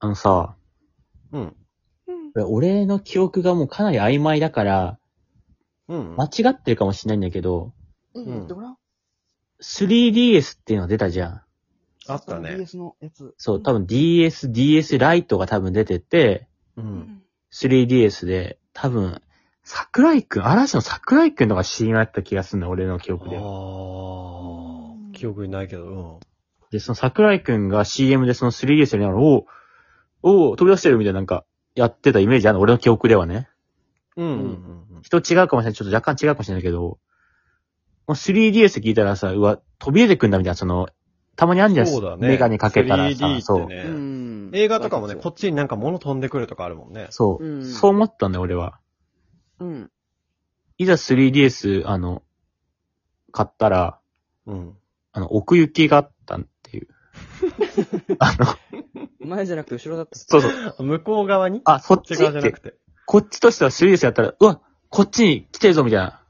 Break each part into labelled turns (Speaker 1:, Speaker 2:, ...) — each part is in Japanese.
Speaker 1: あのさ、
Speaker 2: うん。
Speaker 3: うん。
Speaker 1: 俺の記憶がもうかなり曖昧だから、
Speaker 2: うん。
Speaker 1: 間違ってるかもしれないんだけど、
Speaker 3: うん
Speaker 2: うん
Speaker 3: 言ってごらん。
Speaker 1: 3DS っていうのが出たじゃん。
Speaker 2: あったね
Speaker 3: DS のやつ。
Speaker 1: そう、多分 DS、DS ライトが多分出てて、
Speaker 2: う。
Speaker 3: うんん。
Speaker 1: 3DS で、多分、桜井くん、嵐の桜井くんのが CM だった気がするんだ、俺の記
Speaker 2: あ
Speaker 1: 憶では。
Speaker 2: ー記憶にないけど、
Speaker 1: で、その桜井くんが CM でその 3DS にながら、おおおお飛び出してるみたいななんか、やってたイメージあるの、俺の記憶ではね。
Speaker 2: うん。うん。
Speaker 1: 人違うかもしれない、ちょっと若干違うかもしれないけど、もう 3DS 聞いたらさ、うわ、飛び出てくんだみたいな、その、たまにあるじゃん、
Speaker 2: そうだね。
Speaker 1: メガネかけたら
Speaker 2: 3D って
Speaker 1: さ、
Speaker 2: ね
Speaker 1: そう。
Speaker 3: うん
Speaker 2: 映画とかもね、こっちになんか物飛んでくるとかあるもんね。
Speaker 1: そう、
Speaker 3: うん
Speaker 1: そう思ったんだよ、俺は。
Speaker 3: うん。
Speaker 1: いざ 3DS、あの、買ったら、
Speaker 2: うん。
Speaker 1: あの、奥行きがあったって いう。あの、
Speaker 3: 前じゃなくて後ろだった。
Speaker 1: そうそう。
Speaker 2: 向こう側にこ
Speaker 1: あ、そっ
Speaker 2: っ
Speaker 1: ち
Speaker 2: ち
Speaker 1: っ
Speaker 2: 側じゃな
Speaker 1: て
Speaker 2: く、て。
Speaker 1: こっちとしては 3DS やったら、うわ、こっちに来てるぞ、みたいな。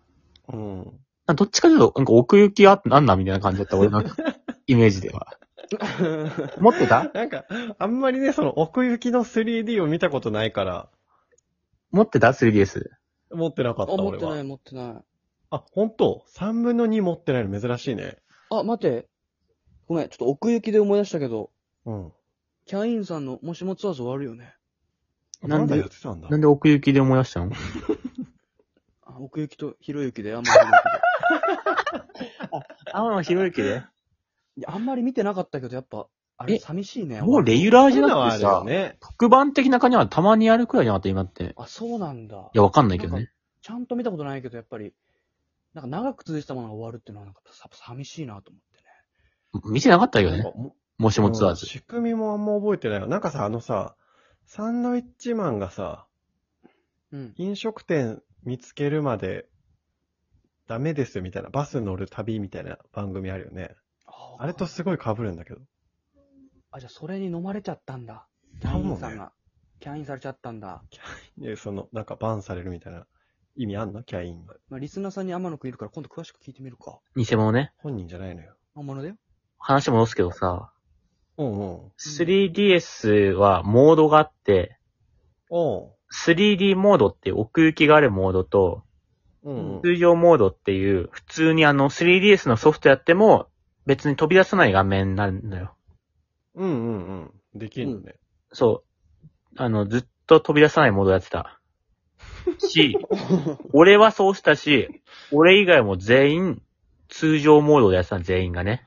Speaker 2: うん。
Speaker 1: なんかどっちかというと、なんか奥行きあってなんだみたいな感じだった、俺のイメージでは。持ってた
Speaker 2: なんか、あんまりね、その奥行きの 3D を見たことないから、
Speaker 1: 持ってた ?3DS。
Speaker 2: 持ってなか
Speaker 3: あ、
Speaker 2: った、
Speaker 3: 持っ
Speaker 2: 俺
Speaker 3: てない、
Speaker 2: は。
Speaker 3: 持ってない。
Speaker 2: あ、ほんと ?3 分の2持ってないの珍しいね。
Speaker 3: あ、待って。ごめん、ちょっと奥行きで思い出したけど、
Speaker 2: うん。
Speaker 3: キャインさんのもしもツアーズ終わるよね。
Speaker 1: なんで
Speaker 2: まだやってたんだ。
Speaker 1: なんで奥行きで思い出したの
Speaker 3: あ奥行きとひろゆきで、あんまり見てない。
Speaker 1: あ、まあ、ひろゆきで。
Speaker 3: いや、あんまり見てなかったけど、やっぱ、あ
Speaker 1: え
Speaker 3: れ、寂しいね。
Speaker 1: もうレギュラー
Speaker 2: そ
Speaker 1: じ
Speaker 2: うい
Speaker 1: ゃ
Speaker 2: うのは
Speaker 1: なく
Speaker 2: ある
Speaker 1: て
Speaker 2: よ
Speaker 1: さ、
Speaker 2: ね。
Speaker 1: 特番的な感じはたまにやるくらいじゃなかった、今って。
Speaker 3: あ、そうなんだ。
Speaker 1: いや、わかんないけど
Speaker 3: なん
Speaker 1: ね。
Speaker 3: ちゃんと見たことないけど、やっぱり、なんか長く続いてたものが終わるっていうのは、なんかさ、寂しいなと思ってね。
Speaker 1: 見てなかったよ
Speaker 2: なんか
Speaker 1: ね。
Speaker 2: も
Speaker 1: もしもツアーズ
Speaker 2: うん。仕組みもあんま覚えてないわ。なんかさ、あのさ、サンドイッチマンがさ、
Speaker 3: うん。
Speaker 2: 飲食店見つけるまで、ダメですみたいな、バス乗る旅みたいな番組あるよね。
Speaker 3: あ
Speaker 2: あれとすごい被るんだけど。
Speaker 3: あ、じゃあそれに飲まれちゃったんだ。キ
Speaker 2: か
Speaker 3: ャイ
Speaker 2: も
Speaker 3: ン
Speaker 2: ね
Speaker 3: さんが。キャインされちゃったんだ。
Speaker 2: で、その、なんかバンされるみたいな意味あんのキャインが。
Speaker 3: まあ、リスナーさんに天野くんいるから今度詳しく聞いてみるか。
Speaker 1: 偽物ね。
Speaker 2: 本人じゃないのよ。
Speaker 3: 本物だよ。
Speaker 1: 話戻すけどさ、
Speaker 2: うんうん。
Speaker 1: 3DS はモードがあって、
Speaker 2: おう
Speaker 1: 3D モードっていう奥行きがあるモードと、
Speaker 2: うんうん。
Speaker 1: 通常モードっていう、普通にあの 3DS のソフトやっても、別に飛び出さない画面になるんだよ。
Speaker 2: うんうんうん。できるのね。
Speaker 1: そう。あの、ずっと飛び出さないモードやって た。し、俺はそうしたし、俺以外も全員、通常モードでやってた、全員がね。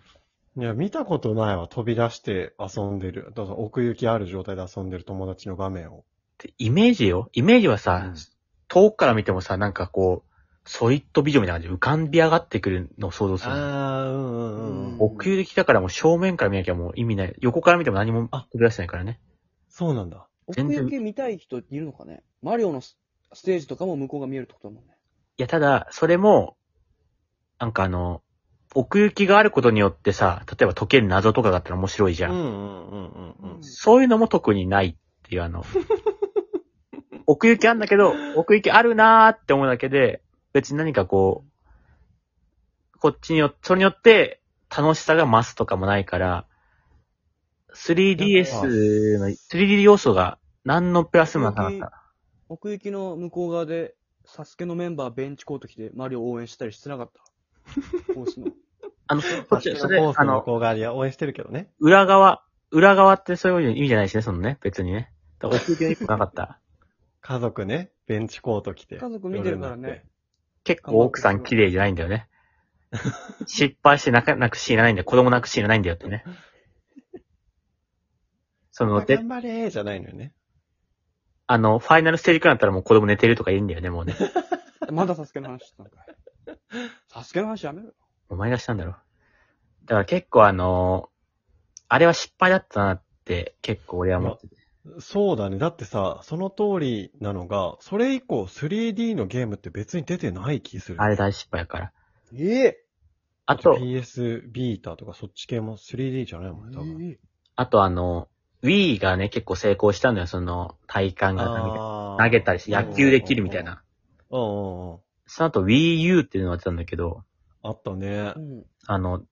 Speaker 2: いや、見たことないわ。飛び出して遊んでる。どうぞ奥行きある状態で遊んでる友達の画面を。
Speaker 1: でイメージよ。イメージは
Speaker 2: う
Speaker 1: さ
Speaker 2: ん、
Speaker 1: 遠くから見てもさ、なんかこう、ソリッドビジョンみたいな感じで浮かんび上がってくるのを想像するの。
Speaker 2: あー、うんうんうん。
Speaker 3: うん
Speaker 1: 奥行きだからもう正面から見なきゃもう意味ない。横から見ても何も
Speaker 2: あ
Speaker 1: 飛び出してないからね。
Speaker 2: そうなんだ。
Speaker 3: 奥
Speaker 1: 全然
Speaker 3: 行き見たい人いるのかねマリオのスステージとかも向こうが見えるってことだもんね。
Speaker 1: いや、ただ、それも、なんかあの、奥行きがあることによってさ、例えば解ける謎とかだったら面白いじ
Speaker 2: うん
Speaker 1: ゃ。
Speaker 2: うんんうんうんうん。
Speaker 1: そういうのも特にないっていうあの、 奥行きあんだけど、奥行きあるなーって思うだけで、別に何かこう、こっちによそれによって楽しさが増すとかもないから、3DS の、3D 要素が何のプラスもなかった。
Speaker 3: 奥行きの向こう側で、サスケのメンバーベンチコート着てマリオ応援したりしてなか った。コースの。
Speaker 1: あの、こっち、そ
Speaker 2: そ
Speaker 1: れ
Speaker 2: れ、コー、
Speaker 1: あ
Speaker 2: スの向
Speaker 1: の、
Speaker 2: こう側で応援してるけどね。
Speaker 1: 裏側、裏側ってそういう意味じゃないしね、そのね、別にね。だから奥行きの一個なかった。
Speaker 2: 家族ね、ベンチコート着て。
Speaker 3: 家族見てるからね。
Speaker 1: 結構奥さん綺麗じゃないんだよね。失敗して泣か泣くシーンがないんだよ。子供泣くシーンがないんだよってね。そ
Speaker 2: 夜
Speaker 1: の、
Speaker 2: 中
Speaker 1: で、
Speaker 2: ね。頑張れーじゃないのよね。
Speaker 1: あの、ファイナルステージくらいだったらもう子供寝てるとか言うんだよね、もうね。
Speaker 3: まだサスケの話してたのかい。 サスケの話やめろよ。
Speaker 1: 思い出したんだろ。だから結構あのあれは失敗だったなって、結構俺は思ってて。
Speaker 2: そうだね。だってさ、その通りなのが、それ以降 3D のゲームって別に出てない気する。
Speaker 1: あれ大失敗やから。
Speaker 3: ええ
Speaker 1: あと、
Speaker 2: PS ビーターとかそっち系も 3D じゃないもんね、多分。
Speaker 3: え
Speaker 1: あとあの、Wii がね、結構成功したんだよ、その、体幹が
Speaker 2: あー
Speaker 1: 投げたりして、野球できるみたい。な。
Speaker 2: うんうんうん。
Speaker 1: その後 Wii U っていうのがあったんだけど、
Speaker 2: あったね
Speaker 3: う。ん。
Speaker 1: あの、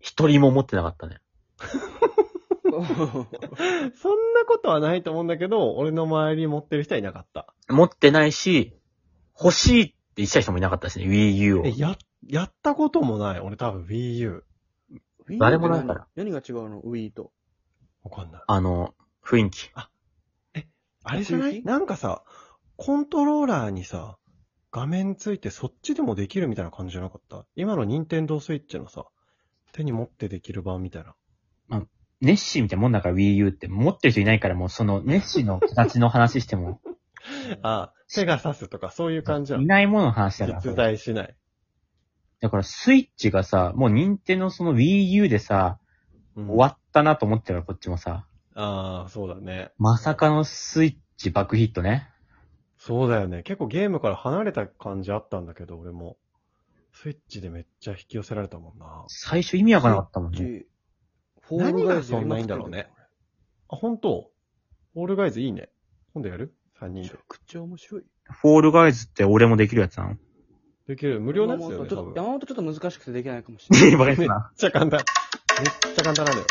Speaker 1: 一人も持ってなかったね。
Speaker 3: うど。
Speaker 2: そんなことはないと思うんだけど、俺の周りに持ってる人はいなかった。
Speaker 1: 持ってないし、欲しいって言ってた人もいなかったしね、Wii U を
Speaker 2: え、。や、やったこともない。俺多分 Wii U。
Speaker 3: Wii
Speaker 1: 誰もないから
Speaker 3: 何が違うの ?Wii と。
Speaker 2: わかんない。
Speaker 1: あの、雰囲気。
Speaker 2: あれじゃな
Speaker 3: 奥行
Speaker 2: い
Speaker 3: き
Speaker 2: なんかさ、コントローラーにさ、画面ついてそっちでもできるみたいな感じじゃなかった今の任天堂スイッチのさ、手に持ってできる版みたいな。
Speaker 1: ネッシーみたいなもんだから Wii U って、持ってる人いないからもうそのネッシーの形の話しても、
Speaker 2: あ、手が刺すとかそういう感じないの。
Speaker 1: ないものの話だから。
Speaker 2: 実在しない。
Speaker 1: だからスイッチがさ、もう任天堂のその Wii U でさ、
Speaker 2: うん
Speaker 1: 終わったなと思ってるからこっちもさ、
Speaker 2: ああ、そうだね。
Speaker 1: まさかのスイッチ爆ヒットね。
Speaker 2: そうだよね。結構ゲームから離れた感じあったんだけど、俺も。スイッチでめっちゃ引き寄せられたもんな。
Speaker 1: 最初意味わからなかったもんね。
Speaker 3: ちフ
Speaker 2: 何が
Speaker 3: ズやりまく
Speaker 2: そんなに
Speaker 3: って
Speaker 2: いいん
Speaker 3: る
Speaker 2: だろうね。あ、本当オールガイズいいね。今度やる ?3 人
Speaker 3: めち
Speaker 2: で
Speaker 3: ゃ。くちゃ面白い。
Speaker 1: フォールガイズって俺もできるやつな の
Speaker 2: できる。無料のやつだよ
Speaker 3: 山
Speaker 2: ね、
Speaker 3: 本ち
Speaker 2: 多
Speaker 3: ょっ
Speaker 2: 分。め
Speaker 3: と
Speaker 2: っ
Speaker 3: 山本ちょっと難しくてできないかもしれない。
Speaker 1: バカにす
Speaker 2: め
Speaker 1: な。
Speaker 2: ちゃ簡単。めっちゃ簡単なんだよ。